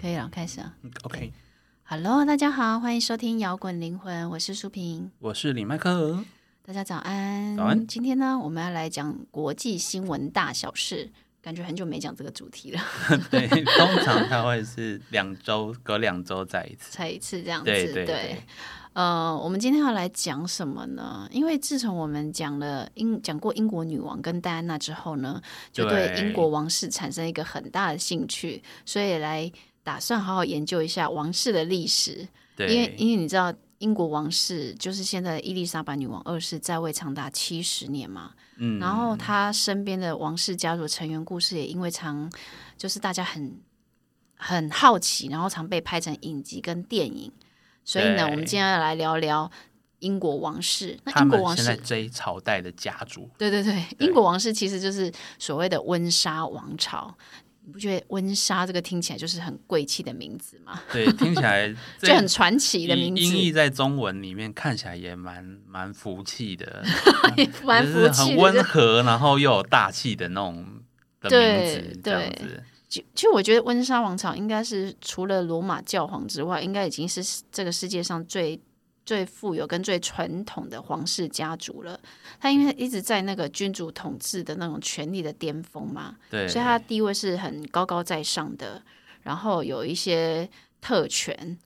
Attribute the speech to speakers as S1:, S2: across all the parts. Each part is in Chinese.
S1: 可以了，开始了。啊
S2: 嗯 OK，
S1: Hello，大家好，欢迎收听摇滚灵魂，我是舒平。
S2: 我是李麦克。
S1: 大家早安。
S2: 早安
S1: 今天呢，我们要来讲国际新闻大小事，感觉很久没讲这个主题了，
S2: 对，通常他会是两周，隔两周再一次。
S1: 才一次这样子。
S2: 对对
S1: 呃，我们今天要来讲什么呢？因为自从我们讲了英讲过英国女王跟戴安娜之后呢，就对
S2: 对
S1: 英国王室产生一个很大的兴趣，所以来打算好好研究一下王室的历史。
S2: 对，
S1: 因为因为你知道英国王室就是现在的伊丽莎白女王二世在位长达七十年嘛，
S2: 嗯，
S1: 然后她身边的王室家族成员故事也因为常就是大家很很好奇，然后常被拍成影集跟电影，所以呢，我
S2: 对
S1: 们今天要来聊聊英国王室。那
S2: 他
S1: 英
S2: 们
S1: 国王
S2: 现在
S1: 室。
S2: 这一朝代的家族，
S1: 对对对，
S2: 对
S1: 英国王室其实就是所谓的温莎王朝，你不觉得温莎这个听起来就是很贵气的名字吗？
S2: 对，听起来
S1: 就很
S2: 这
S1: 传奇的名字，
S2: 音译在中文里面看起来也蛮蛮福气 的，
S1: 蛮
S2: 就
S1: 服
S2: 是
S1: 气
S2: 很
S1: 的。
S2: 温和，然后又有大气的那种的
S1: 对
S2: 名字，这
S1: 对
S2: 样子。
S1: 就其实我觉得温莎王朝应该是除了罗马教皇之外，应该已经是这个世界上最最富有跟最传统的皇室家族了。他因为一直在那个君主统治的那种权力的巅峰嘛，
S2: 对，
S1: 所以他地位是很高高在上的，然后有一些特权。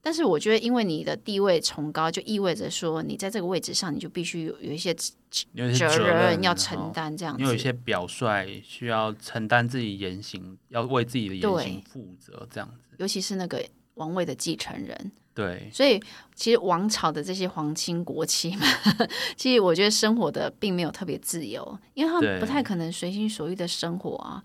S1: 但是我觉得，因为你的地位崇高，就意味着说你在这个位置上，你就必须有有一些
S2: 有一些
S1: 责
S2: 任
S1: 要
S2: 然
S1: 承
S2: 后
S1: 担，这样
S2: 你有一
S1: 子。
S2: 些表率需要承担自己言行，要为自己的言
S1: 对
S2: 行负责，这样子。
S1: 尤其是那个王位的继承人，
S2: 对，
S1: 所以其实王朝的这些皇亲国戚们， 其实我觉得生活的并没有特别自由，因为他们
S2: 对
S1: 不太可能随心所欲的生活啊。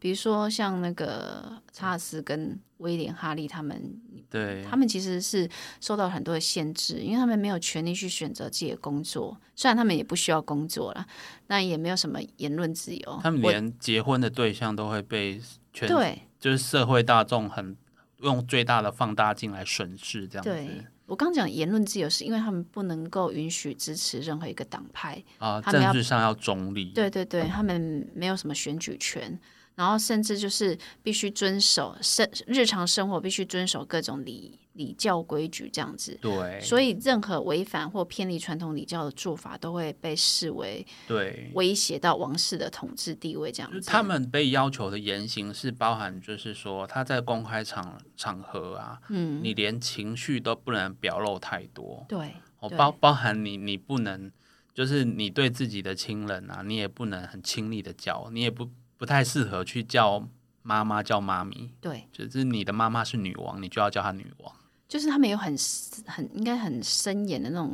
S1: 比如说像那个查尔斯跟威廉哈利他们，
S2: 对，
S1: 他们其实是受到很多的限制，因为他们没有权利去选择自己的工作，虽然他们也不需要工作啦，那也没有什么言论自由。
S2: 他们
S1: 哦我
S2: 连结婚的对象都会被全
S1: 对
S2: 就是社会大众很用最大的放大镜来审视，这样
S1: 对
S2: 子。
S1: 我刚讲言论自由，是因为他们不能够允许支持任何一个党派，
S2: 啊，
S1: 他们要
S2: 政治上要中立。
S1: 对对对，他们没有什么选举权，然后甚至就是必须遵守生日常生活必须遵守各种礼礼教规矩这样子。
S2: 对
S1: 所以，任何违反或偏离传统礼教的做法，都会被视为
S2: 对，
S1: 威胁到王室的统治地位。这样
S2: 就是
S1: 子，
S2: 他们被要求的言行是包含，就是说他在公开场场合啊，嗯，你连情绪都不能表露太多，
S1: 对
S2: 哦，
S1: 对
S2: 包包含你你不能，就是你对自己的亲人啊，你也不能很亲昵的叫，你也不不太适合去叫妈妈叫妈咪，
S1: 对，
S2: 就是你的妈妈是女王，你就要叫她女王，
S1: 就是他们有很很应该很森严的那种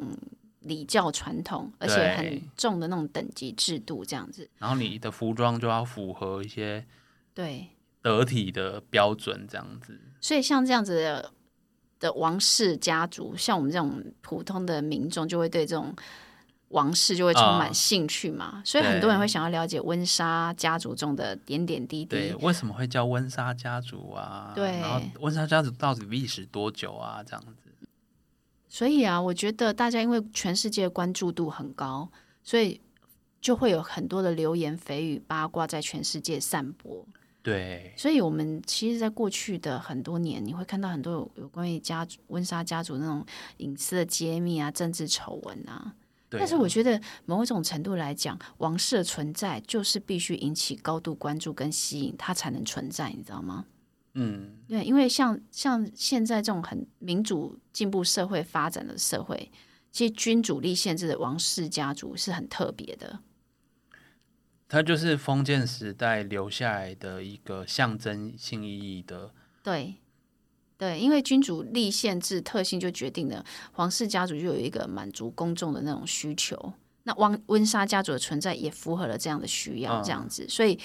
S1: 礼教传统，而且
S2: 对
S1: 很重的那种等级制度这样子。
S2: 然后你的服装就要符合一些
S1: 对，
S2: 得体的标准，这样子。
S1: 所以像这样子的的王室家族，像我们这种普通的民众，就会对这种王室就会充满
S2: 啊
S1: 兴趣嘛。所以很多人会想要了解温莎家族中的点点滴
S2: 对
S1: 滴，。
S2: 为什么会叫温莎家族啊？
S1: 对
S2: 然后温莎家族到底历史多久啊？这样子，
S1: 所以啊，我觉得大家因为全世界关注度很高，所以就会有很多的流言蜚语、八卦在全世界散播。
S2: 对
S1: 所以，我们其实，在过去的很多年，你会看到很多有有关于家族温莎家族那种隐私的揭秘啊、政治丑闻啊，
S2: 对啊。
S1: 但是我觉得某一种程度来讲，王室的存在就是必须引起高度关注跟吸引，它才能存在，你知道吗？
S2: 嗯，
S1: 对，因为像像现在这种很民主进步社会发展的社会，其实君主立宪制的王室家族是很特别的。
S2: 它就是封建时代留下来的一个象征性意义的，
S1: 对，对，因为君主立宪制特性就决定了皇室家族就有一个满足公众的那种需求。那汪温莎家族的存在也符合了这样的需要，
S2: 嗯
S1: 这样子，所以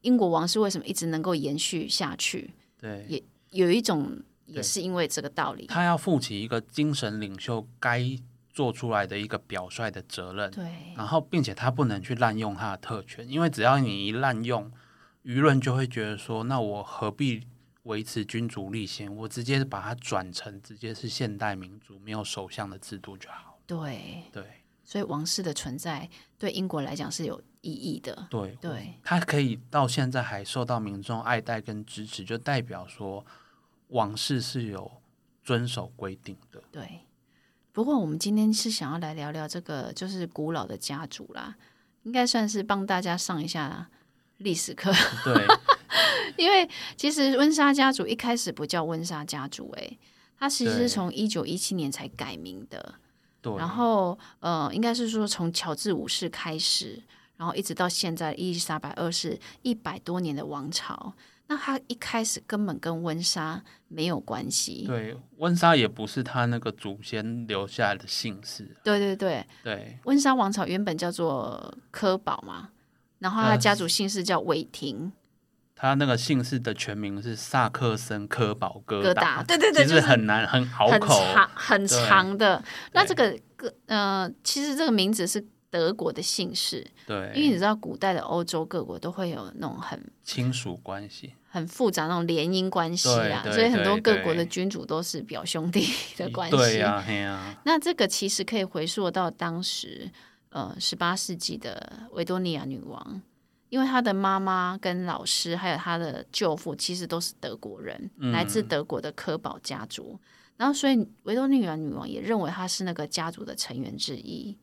S1: 英国王室为什么一直能够延续下去，
S2: 对，
S1: 也有一种也
S2: 对
S1: 是因为这个道理。
S2: 他要负起一个精神领袖该做出来的一个表率的责任，
S1: 对
S2: 然后并且他不能去滥用他的特权，因为只要你一滥用，舆论就会觉得说，那我何必维持君主立宪？我直接把它转成直接是现代民主，没有首相的制度就好。
S1: 对，
S2: 对
S1: 所以王室的存在对英国来讲是有意义的。
S2: 对
S1: 对
S2: 他可以到现在还受到民众爱戴跟支持，就代表说王室是有遵守规定的。
S1: 对，不过我们今天是想要来聊聊这个，就是古老的家族啦，应该算是帮大家上一下历史课，
S2: 对，
S1: 因为其实温莎家族一开始不叫温莎家族、欸，诶，它其实是
S2: 对
S1: 从一九一七年才改名的，
S2: 对，
S1: 然后呃，应该是说从乔治五世开始，然后一直到现在伊丽莎白二世一百多年的王朝，那它一开始根本跟温莎没有关系，
S2: 对，温莎也不是他那个祖先留下来的姓氏，
S1: 对对对，
S2: 对，
S1: 温莎王朝原本叫做科堡嘛，然后他
S2: 嗯
S1: 家族姓氏叫韦廷
S2: 他那个姓氏的全名是萨克森科堡
S1: 哥
S2: 哥
S1: 达，
S2: 达，
S1: 对对对，
S2: 其
S1: 就
S2: 实
S1: 是
S2: 很难很好
S1: 很
S2: 口，
S1: 长很
S2: 对
S1: 长的。那这
S2: 对
S1: 个哥呃，其实这个名字是德国的姓氏，因为你
S2: 对，
S1: 知道古代的欧洲各国都会有那种很
S2: 亲属关系，
S1: 很复杂那种联姻关系啊，
S2: 对对
S1: 所以很多
S2: 对
S1: 各国的
S2: 对
S1: 君主都是表兄弟的关系。
S2: 对呀、嘿啊呀、
S1: 那这个其实可以回溯到当时，呃，十八世纪的维多利亚女王，因为她的妈妈跟老师还有她的舅父其实都是德国人，来自德国的科堡家族。然后，所以维多利亚女王也认为她是那个家族的成员之一。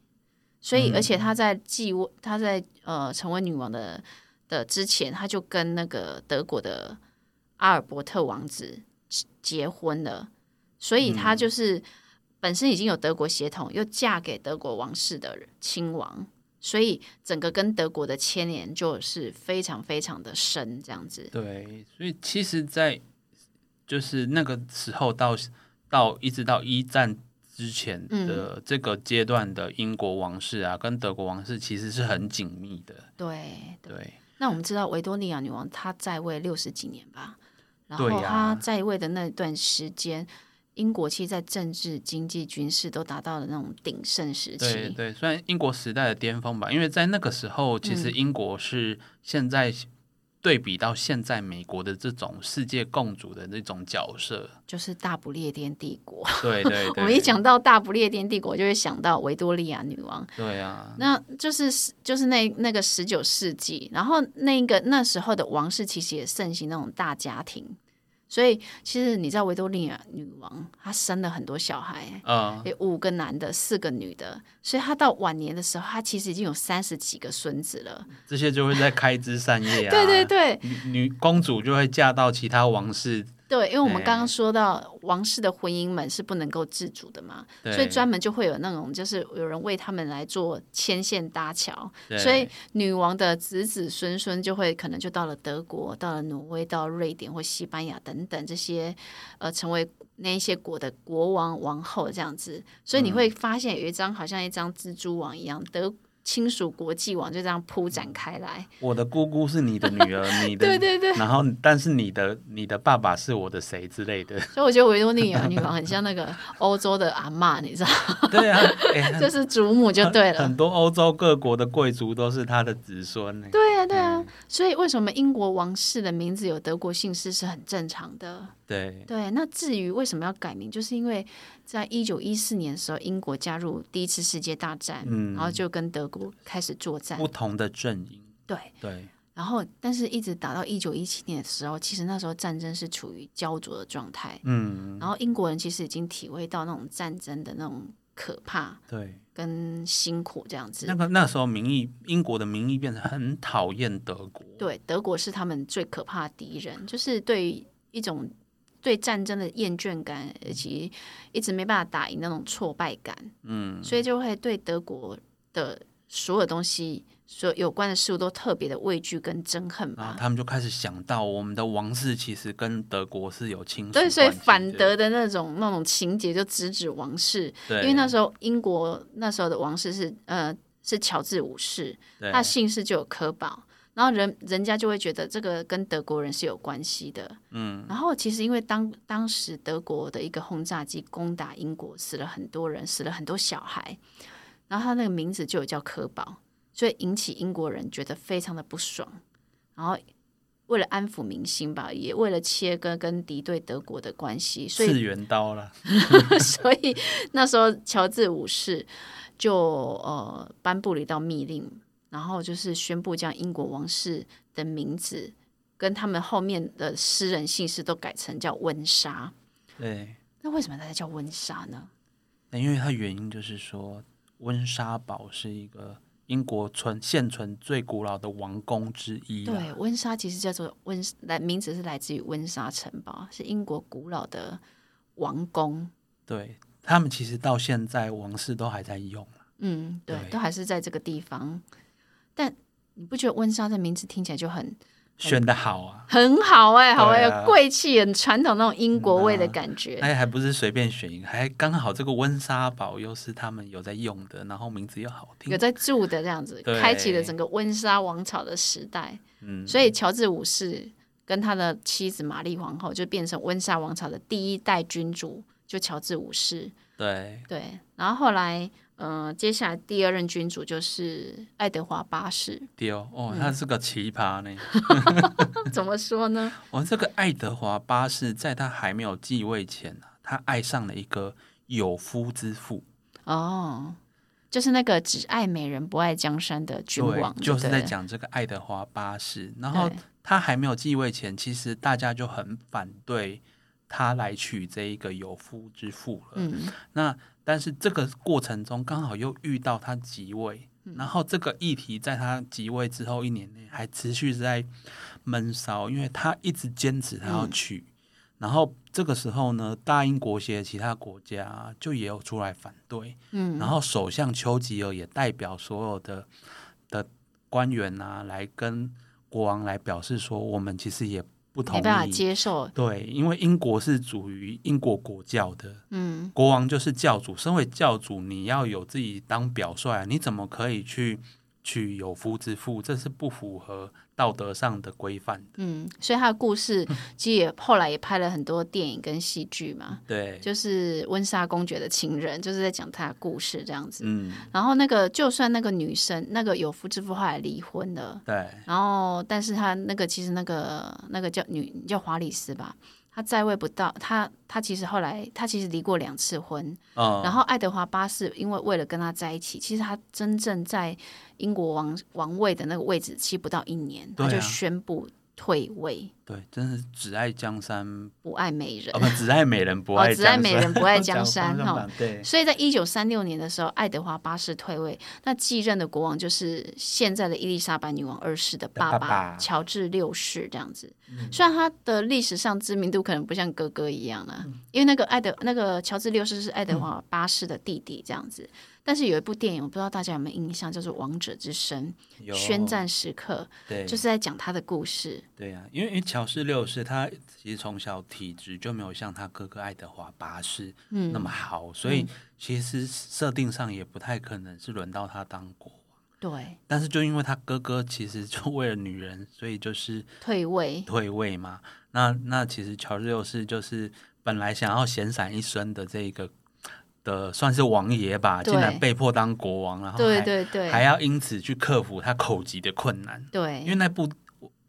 S1: 所以，而且她在继位，她在呃成为女王的的之前，她就跟那个德国的阿尔伯特王子结婚了。所以，她就是本身已经有德国血统，又嫁给德国王室的亲王，所以整个跟德国的牵连就是非常非常的深，这样子。
S2: 对，所以其实，在就是那个时候到到一直到一战之前
S1: 嗯
S2: 的这个阶段的英国王室啊，跟德国王室其实是很紧密的，
S1: 对，
S2: 对，
S1: 那我们知道维多利亚女王她在位六十几年吧，然后
S2: 对呀
S1: 她在位的那段时间，英国其实在政治、经济、军事都达到了那种鼎盛时
S2: 对
S1: 期。
S2: 对，虽然英国时代的巅峰吧，因为在那个时候，其
S1: 嗯
S2: 实英国是现在对比到现在美国的这种世界共主的那种角色，
S1: 就是大不列颠帝国。
S2: 对对
S1: 我
S2: 对，
S1: 们一讲到大不列颠帝国，就会想到维多利亚女王，
S2: 对啊，
S1: 那就是就是那那个十九世纪，然后那个那时候的王室其实也盛行那种大家庭，所以其实你知道维多利亚女王她生了很多小孩，
S2: 嗯、
S1: 有五个男的，四个女的，所以他到晚年的时候，他其实已经有三十几个孙子了。
S2: 这些就会在开枝散叶啊，
S1: 对对对
S2: 女，女公主就会嫁到其他王室，
S1: 对，因为我们刚刚
S2: 哎
S1: 说到王室的婚姻门是不能够自主的嘛，
S2: 对
S1: 所以专门就会有那种就是有人为他们来做牵线搭桥，
S2: 对
S1: 所以女王的子子孙孙就会可能就到了德国、到了挪威、到瑞典或西班牙等等这些，呃，成为那一些国的国王、王后这样子。所以你会发现有一张好像一张蜘蛛网一样，德亲属国际网就这样铺展开来。
S2: 我的姑姑是你的女儿，你 的
S1: 对对对，
S2: 然后但是你的你的爸爸是我的谁之类的，
S1: 所以我觉得维多利亚女王很像那个欧洲的阿嬷，你知道，
S2: 对啊，哎很
S1: 就是祖母就 对了。
S2: 很多欧洲各国的贵族都是他的子孙呢、
S1: 对啊，对啊，所以为什么英国王室的名字有德国姓氏是很正常的？
S2: 对，
S1: 对，那至于为什么要改名，就是因为在一九一四年的时候，英国加入第一次世界大战，
S2: 嗯
S1: 然后就跟德国开始作战
S2: 不。同的阵营，
S1: 对，
S2: 对
S1: 然后但是一直打到一九一七年的时候，其实那时候战争是处于焦灼的状态。嗯，然后英国人其实已经体会到那种战争的那种可怕
S2: 对。
S1: 跟辛苦这样子。
S2: 那个那时候民意，英国的民意变得很讨厌德国，
S1: 对，德国是他们最可怕的敌人，就是对于一种对战争的厌倦感，以及一直没办法打赢那种挫败感。嗯，所以就会对德国的所有东西、所有有关的事物都特别的畏惧跟憎恨
S2: 然后
S1: 吧。
S2: 啊他们就开始想到我们的王室其实跟德国是有亲属
S1: 对，所以
S2: 关系的
S1: 反德的那种那种情节就直指王室，
S2: 对，
S1: 因为那时候英国那时候的王室是呃是乔治五世，
S2: 对
S1: 他姓氏就有科堡，然后人人家就会觉得这个跟德国人是有关系的，嗯，然后其实因为当当时德国的一个轰炸机攻打英国，死了很多人，死了很多小孩，然后他那个名字就有叫科堡，所以引起英国人觉得非常的不爽，然后。为了安抚民心吧，也为了切割跟敌对德国的关系，所以
S2: 次元刀啦，
S1: 所以那时候乔治五世就呃颁布了一道密令，然后就是宣布将英国王室的名字跟他们后面的诗人姓氏都改成叫温莎。
S2: 对，
S1: 那为什么大家叫温莎呢？
S2: 那因为它原因就是说，温莎堡是一个英国存现存最古老的王宫之一、啊。
S1: 对，温莎其实叫做温来，名字是来自于温莎城堡，是英国古老的王宫。
S2: 对，他们其实到现在王室都还在用。
S1: 嗯，对，
S2: 对
S1: 都还是在这个地方。但你不觉得温莎这名字听起来就很
S2: 选的好啊，
S1: 很好哎、好哎、
S2: 对啊
S1: 有贵气、很传统那种英国味的感觉。
S2: 哎，还不是随便选一个，还刚好这个温莎堡又是他们有在用的，然后名字又好
S1: 有
S2: 听，
S1: 在住的这样子，
S2: 对
S1: 开启了整个温莎王朝的时代。
S2: 嗯，
S1: 所以乔治五世跟他的妻子玛丽皇后就变成温莎王朝的第一代君主，就乔治五世。
S2: 对，
S1: 对，然后后来，嗯、接下来第二任君主就是爱德华八世。
S2: 丢哦，
S1: 嗯
S2: 他是个奇葩呢。
S1: 怎么说呢？
S2: 我们这个爱德华八世，在他还没有继位前啊，他爱上了一个有夫之妇，
S1: 哦，就是那个只爱美人不爱江山的君王，
S2: 对，就是
S1: 对
S2: 在
S1: 了
S2: 讲这个爱德华八世。然后
S1: 对
S2: 他还没有继位前，其实大家就很反对他来娶这一个有夫之妇了。
S1: 嗯，
S2: 那但是这个过程中刚好又遇到他即位，
S1: 嗯
S2: 然后这个议题在他即位之后一年内还持续在闷烧，因为他一直坚持他要娶。
S1: 嗯
S2: 然后这个时候呢，大英国协其他国家就也有出来反对，
S1: 嗯，
S2: 然后首相丘吉尔也代表所有的的官员啊，来跟国王来表示说，我们其实也不同
S1: 没办法
S2: 意，
S1: 接受，
S2: 对，因为英国是属于英国国教的，
S1: 嗯
S2: 国王就是教主，身为教主，你要有自己当表率啊，你怎么可以去娶有夫之妇？这是不符合道德上的规范的。
S1: 嗯，所以他的故 事其实也后来也拍了很多电影跟戏剧嘛，
S2: 对，
S1: 就是温莎公爵的情人，就是在讲他的故事这样子。
S2: 嗯，
S1: 然后那个就算那个女生，那个有夫之妇后来离婚了，
S2: 对，
S1: 然后，但是他那个其实那个那个叫女叫华里斯吧，她在位不到，她她其实后来她其实离过两次婚，
S2: 嗯，
S1: 然后爱德华八世因为为了跟她在一起，其实他真正在英国王王位的那个位置其实不到一年，
S2: 对
S1: 他
S2: 啊
S1: 就宣布退位，
S2: 对，真是只爱 江山，
S1: 不爱美人。
S2: 啊不，只爱美人不
S1: 哦
S2: 爱江山，
S1: 只爱美 人不爱江山哦
S2: 讲
S1: 哈
S2: 反对，
S1: 所以在一九三六年的时候，爱德华八世退位，那继任的国王就是现在的伊丽莎白女王二世的爸
S2: 的爸爸嗯
S1: 乔治六世这样子。虽然他的历史上知名度可能不像哥哥一样啦、啊
S2: 嗯
S1: 因为那个爱德那个乔治六世是爱德华八世的弟弟这样子。
S2: 嗯
S1: 但是有一部电影，我不知道大家有没有印象，叫做《王者之声》，
S2: 有
S1: 宣，战时刻，
S2: 对，
S1: 就是在讲他的故事。
S2: 对呀、因为因为乔治六世他其实从小体质就没有像他哥哥爱德华八世
S1: 嗯
S2: 那么好，所以其实设定上也不太可能是轮到他当国王。
S1: 对，
S2: 但是就因为他哥哥其实就为了女人，所以就是
S1: 退位，
S2: 退位嘛。 那那其实乔治六世就是本来想要闲散一生的这个的算是王爷吧，
S1: 对
S2: 竟然被迫当国王，然后
S1: 对
S2: 哦还
S1: 对对
S2: 还要因此去克服他口疾的困难。因为
S1: 对，
S2: 那部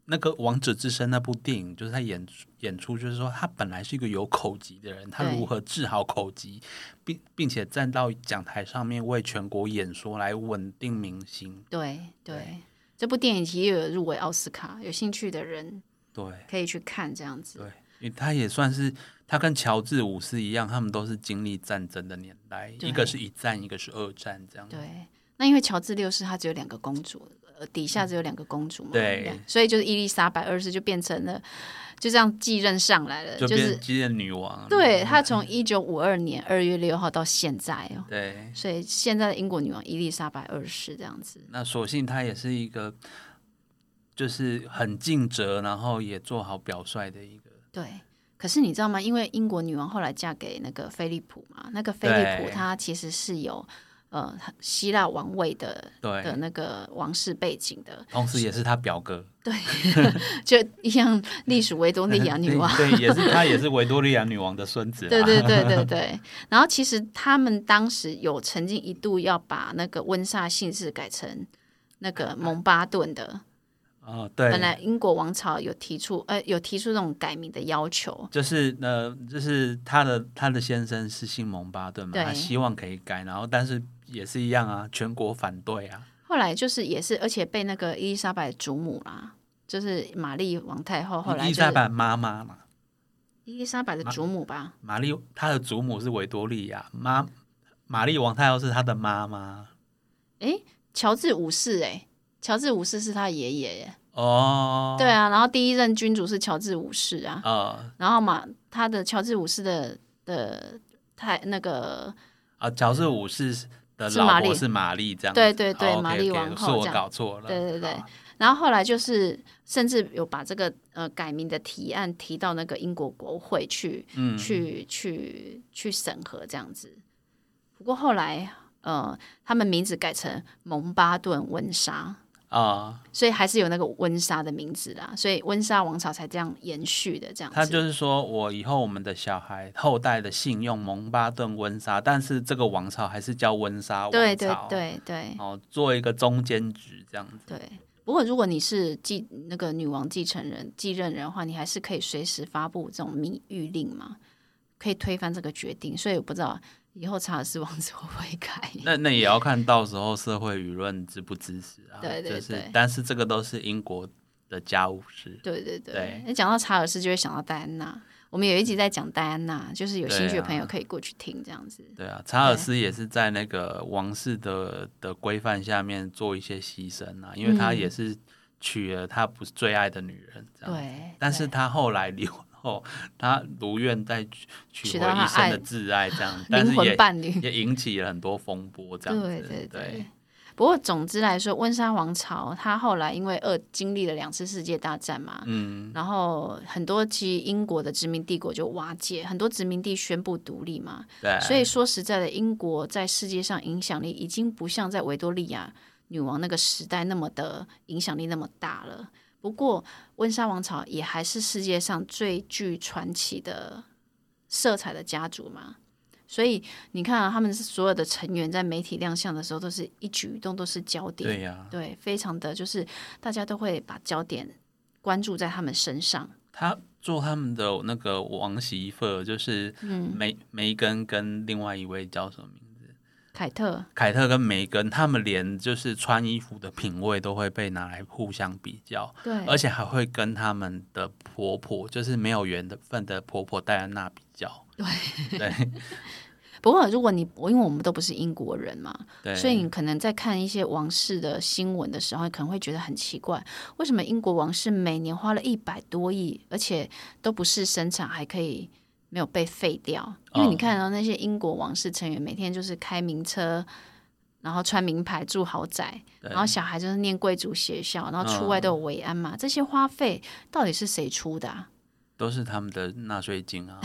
S2: 那个《王者之声》那部电影，就是他演出演出，就是说他本来是一个有口疾的人，他
S1: 对
S2: 如何治好口疾，并并且站到讲台上面为全国演说，来稳定民心。
S1: 对对
S2: 对。
S1: 这部电影其实也有入围奥斯卡，有兴趣的人
S2: 对
S1: 可以去看这样子
S2: 对。，因为他也算是他跟乔治五世一样，他们都是经历战争的年代，
S1: 对
S2: 一个是一战，一个是二战，这样。
S1: 对，那因为乔治六世他只有两个公主，呃，底下只有两个公主嘛，
S2: 对
S1: 两，所以就是伊丽莎白二世就变成了就这样继任上来了，
S2: 就
S1: 就
S2: 变
S1: 是
S2: 继任女王。啊
S1: 对她从一九五二年二月六号到现在哦，
S2: 对，
S1: 所以现在的英国女王伊丽莎白二世这样子，
S2: 那所幸他也是一个，就是很尽责，然后也做好表率的一个。
S1: 对。可是你知道吗？因为英国女王后来嫁给那个菲利普嘛，那个菲利普
S2: 对
S1: 她其实是有呃希腊王位的的
S2: 对，
S1: 那个王室背景的，
S2: 同时也是他表哥，
S1: 就一 样隶属维多利亚女王。
S2: 对，对也是他也是维多利亚女王的孙子、啊。
S1: 对对对对对。然后其实他们当时有曾经一度要把那个温莎姓氏改成那个蒙巴顿的，
S2: 哦，对，
S1: 本来英国王朝有提出呃有提出这种改名的要求。
S2: 就是呃，就是他的他的先生是姓蒙巴顿嘛，
S1: 对
S2: 他希望可以改，然后但是也是一样啊，全国反对啊。
S1: 后来就是也是，而且被那个伊丽莎白祖母啦，就是玛丽王太后后来
S2: 伊丽
S1: 就
S2: 莎
S1: 是
S2: 白妈妈嘛，
S1: 伊丽莎白的祖母吧？
S2: 玛丽她的祖母是维多利亚妈，玛丽王太后是她的妈妈
S1: 诶，乔治五世诶，乔治五世是他爷爷耶。
S2: 哦。
S1: 对啊，然后第一任君主是乔治五世啊，
S2: 呃
S1: 然后嘛，他的乔治五世的的太那个
S2: 啊，乔治五世的
S1: 是玛
S2: 老
S1: 丽
S2: 婆是玛丽，这样子
S1: 对对对
S2: 好，OK，OK，
S1: 玛丽王后
S2: 是我
S1: 这样
S2: 搞错了，
S1: 对对对
S2: 好啊
S1: 然后后来就是，甚至有把这个呃改名的提案提到那个英国国会去、
S2: 嗯
S1: 去去去审核这样子。不过后来呃，他们名字改成蒙巴顿温莎，
S2: 啊，
S1: 所以还是有那个温莎的名字啦，所以温莎王朝才这样延续的这样
S2: 他
S1: 子。
S2: 就是说我以后我们的小孩后代的信用蒙巴顿温莎，但是这个王朝还是叫温莎王朝，
S1: 对对，对对
S2: 哦，做一个中间值这样子，
S1: 对。不过，如果你是继那个女王继承人、继任人的话，你还是可以随时发布这种密谕令嘛，可以推翻这个决定。所以我不知道以后查尔斯王子会不会改。
S2: 那那也要看到时候社会舆论支不支持啊，
S1: 对对
S2: 就是
S1: 对，
S2: 但是这个都是英国的家务事，
S1: 对对对
S2: 对。
S1: 那讲到查尔斯，就会想到戴安娜。我们有一集在讲戴安娜，就是有兴趣的
S2: 对啊
S1: 朋友可以过去听这样子。
S2: 对啊，查尔斯也是在那个王室的的规范下面做一些牺牲啊，因为他
S1: 嗯
S2: 也是娶了他不是最爱的女人，这样。
S1: 对，
S2: 啊但是
S1: 对
S2: 他后来离婚后，他如愿再娶
S1: 娶
S2: 娶
S1: 到
S2: 回
S1: 他
S2: 一生
S1: 爱
S2: 的挚爱，这样，但是
S1: 灵魂
S2: 也
S1: 伴侣。
S2: 也引起了很多风波，这样子。
S1: 对对
S2: 对
S1: 对。不过总之来说，温莎王朝它后来因为二经历了两次世界大战嘛，
S2: 嗯，
S1: 然后很多其实英国的殖民帝国就瓦解，很多殖民地宣布独立嘛。
S2: 对，
S1: 所以说实在的，英国在世界上影响力已经不像在维多利亚女王那个时代那么的影响力那么大了。不过，温莎王朝也还是世界上最具传奇的色彩的家族嘛。所以你看、啊，他们所有的成员在媒体亮相的时候，都是一举一动都是焦点。
S2: 对呀、
S1: 对，非常的就是大家都会把焦点关注在他们身上。
S2: 他做他们的那个王媳妇，就是
S1: 嗯
S2: 梅梅根跟另外一位叫什么名字？
S1: 凯特，
S2: 凯特跟梅根，他们连就是穿衣服的品味都会被拿来互相比较，
S1: 对，
S2: 而且还会跟他们的婆婆，就是没有缘分的婆婆戴安娜比较。对对
S1: 不过如果你我因为我们都不是英国人嘛，
S2: 对，
S1: 所以你可能在看一些王室的新闻的时候，可能会觉得很奇怪，为什么英国王室每年花了一百多亿，而且都不是生产，还可以。没有被废掉，因为你
S2: 哦
S1: 看到那些英国王室成员每天就是开名车，然后穿名牌住豪宅，
S2: 对嗯
S1: 然后小孩就是念贵族学校，然后出外都有维安嘛，这些花费到底是谁出的、啊？
S2: 都是他们的纳税金啊。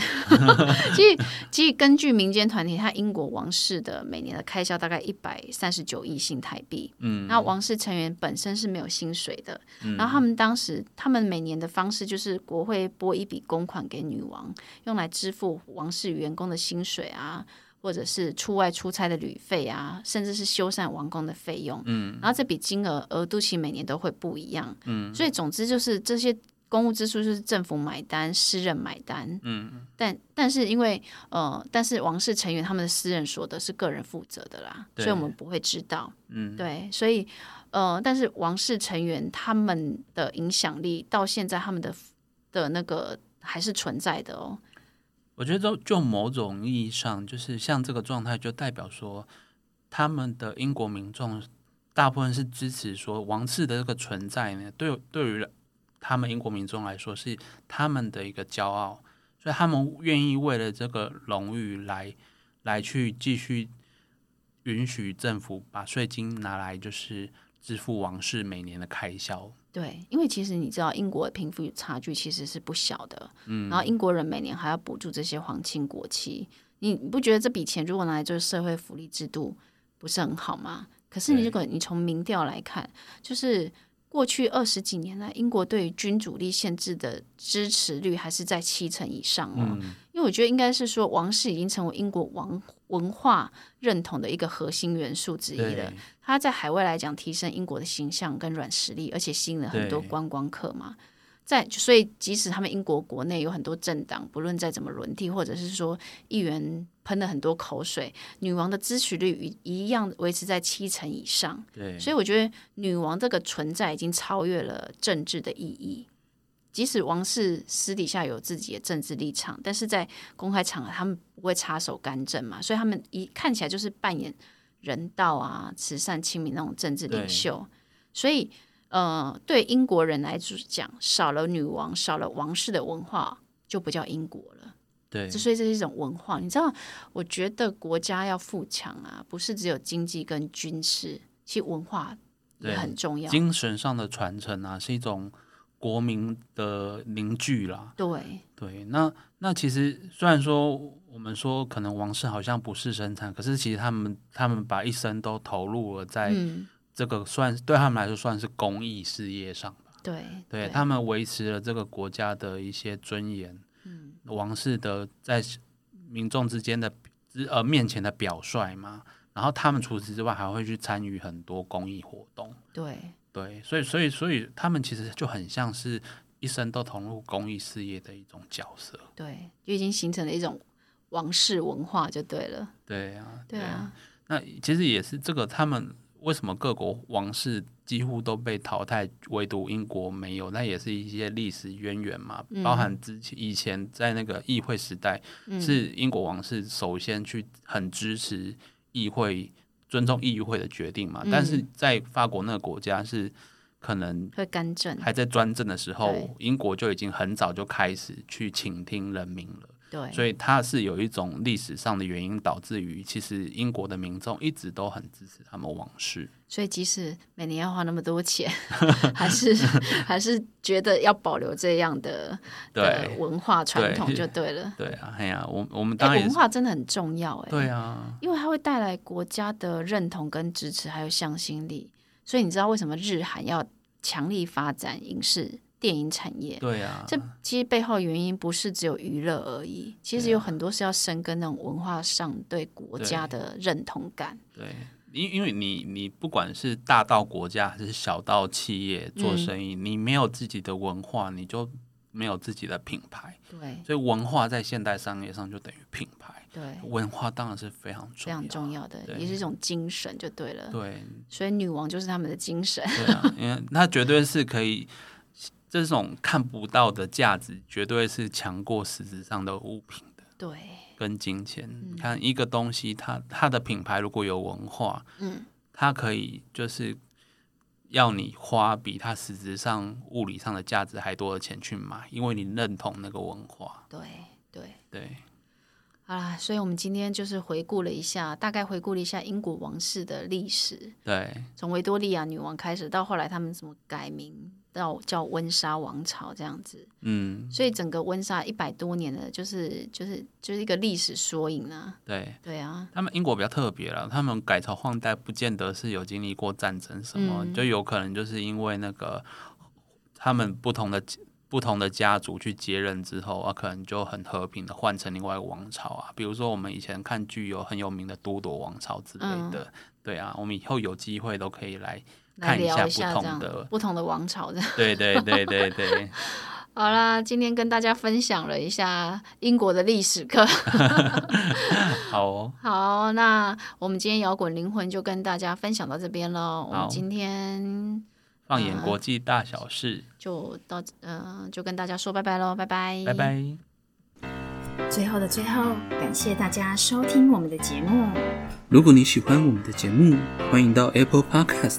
S1: 其实，其实根据民间团体，它英国王室的每年的开销大概一百三十九亿新台币。
S2: 嗯，
S1: 那王室成员本身是没有薪水的，然后他们当时他们每年的方式就是国会拨一笔公款给女王，用来支付王室员工的薪水啊，或者是出外出差的旅费啊，甚至是修缮王宫的费用。嗯，然后这笔金额额度其实每年都会不一样。嗯，所以总之就是这些公务支出就是政府买单，私人买单。嗯，但但是因为呃，但是王室成员他们的私人所得是个人负责的啦，
S2: 对
S1: 所以我们不会知道。
S2: 嗯，
S1: 对，所以呃，但是王室成员他们的影响力到现在他们的的那个还是存在的哦。
S2: 我觉得就就某种意义上，就是像这个状态，就代表说他们的英国民众大部分是支持说王室的这个存在呢，对对于他们英国民众来说是他们的一个骄傲，所以他们愿意为了这个荣誉来来去继续允许政府把税金拿来就是支付王室每年的开销。
S1: 对，因为其实你知道，英国的贫富差距其实是不小的，嗯，然后英国人每年还要补助这些皇亲国戚，你你不觉得这笔钱如果拿来做社会福利制度，不是很好吗？可是你
S2: 对
S1: 如果你从民调来看，就是过去二十几年来，英国对于君主立宪制的支持率还是在七成以上哦，
S2: 嗯
S1: 因为我觉得应该是说王室已经成为英国王文化认同的一个核心元素之一了
S2: 对。，
S1: 它在海外来讲提升英国的形象跟软实力，而且吸引了很多
S2: 对
S1: 观光客嘛。在所以即使他们英国国内有很多政党，不论再怎么轮替，或者是说议员喷了很多口水，女王的支持率一一样维持在七成以上。
S3: 对，
S1: 所以我觉得女王这个存在已经超越了政治的意义。即使王室私底下有自己的政治立场，但是在公开场合他们不会插手干政嘛，所以他们一看起来就是扮演人道啊、慈善、亲民那种政治领袖。所以，呃，对英国人来讲，少了女王，少了王室的文化，就不叫英国了。
S3: 对
S1: 所以这是一种文化。你知道，我觉得国家要富强啊，不是只有经济跟军事，其实文化也
S3: 对
S1: 很重要。
S2: 精神上的传承啊，是一种国民的凝聚啦。
S1: 对，
S2: 对，那那其实虽然说我们说可能王室好像不是生产，可是其实他们他们把一生都投入了在
S1: 嗯，
S2: 这个算、对他们来说算是公益事业上吧。
S1: 对，
S2: 对他们维持了这个国家的一些尊严，嗯，王室的在民众之间的之呃面前的表率嘛。然后他们除此之外还会去参与很多公益活动。
S1: 对，
S2: 对，所以所以所以他们其实就很像是一生都投入公益事业的一种角色。
S1: 对，就已经形成了一种王室文化，就对了。
S2: 对啊，
S1: 对啊，
S2: 那其实也是这个他们为什么各国王室几乎都被淘汰，唯独英国没有，那也是一些历史渊源嘛，包含之前以前在那个议会时代，是英国王室首先去很支持议会。尊重议会的决定嘛，但是在法国那个国家是可能
S1: 会干政，
S2: 还在专政的时
S1: 嗯对
S2: 候，英国就已经很早就开始去倾听人民了，
S1: 对，
S2: 所以它是有一种历史上的原因，导致于其实英国的民众一直都很支持他们王室。
S1: 所以即使每年要花那么多 钱，还是还是觉得要保留这样的的
S2: 对
S1: 文化传统
S2: 对
S1: 就对了。
S2: 对啊，哎呀、我我们
S1: 哎、
S2: 当然也
S1: 文
S2: 是、
S1: 化真的很重要哎、
S2: 对啊，
S1: 因为它会带来国家的认同跟支持，还有向心力。所以你知道为什么日韩要强力发展影视电影产业？
S2: 对啊，
S1: 这其实背后原因不是只有娱乐而已，其实有很多是要深耕那种文化上对国家的认同感。
S2: 对，因因为你你不管是大到国家还是小到企业
S1: 嗯
S2: 做生意，你没有自己的文化，你就没有自己的品牌，
S1: 对
S2: 所以文化在现代商业上就等于品牌，
S1: 对，
S2: 文化当然是非常重
S1: 非
S2: 要，
S1: 常重要的，
S2: 对
S1: 也是一种精神就对 了。
S2: 对，
S1: 所以女王就是他们的精神。
S2: 对啊，因为它绝对是可以，这种看不到的价值，绝对是强过实质上的物品的
S1: 对，
S2: 跟金钱。你看一个东西，它它的品牌如果有文化，
S1: 嗯，
S2: 它可以就是要你花比它实质上物理上的价值还多的钱去买，因为你认同那个文化。
S1: 对，对。
S2: 对，
S1: 好啦，所以我们今天就是回顾了一下，大概回顾了一下英国王室的历史，
S2: 对，
S1: 从维多利亚女王开始，到后来他们怎么改名到叫温莎王朝这样子。
S2: 嗯，
S1: 所以整个温莎一百多年的，就是就是就是一个历史缩影啊。
S2: 对。
S1: 对啊，
S2: 他们英国比较特别了，他们改朝换代不见得是有经历过战争什么，
S1: 嗯
S2: 就有可能就是因为那个他们不同的不同的家族去接任之后啊，可能就很和平的换成另外一个王朝啊。比如说我们以前看剧有很有名的都铎王朝之类的，
S1: 嗯
S2: 对啊，我们以后有机会都可以来
S1: 来
S2: 看一
S1: 聊
S2: 下
S1: 一下这
S2: 不同
S1: 样
S2: 的，
S1: 不同的王朝这样。
S2: 对对对对 对，
S1: 好啦，今天跟大家分享了一下英国的历史 课。
S2: 好、哦，
S1: 好，那我们今天摇滚灵魂就跟大家分享到这边喽。我们
S2: 好
S1: 今天
S2: 放眼国际大小事，
S1: 就到嗯、呃，就跟大家说拜拜喽，拜拜，
S2: 拜拜。
S4: 最后的最后，感谢大家收听我们的节目。
S3: 如果你喜欢我们的节目，欢迎到 Apple Podcast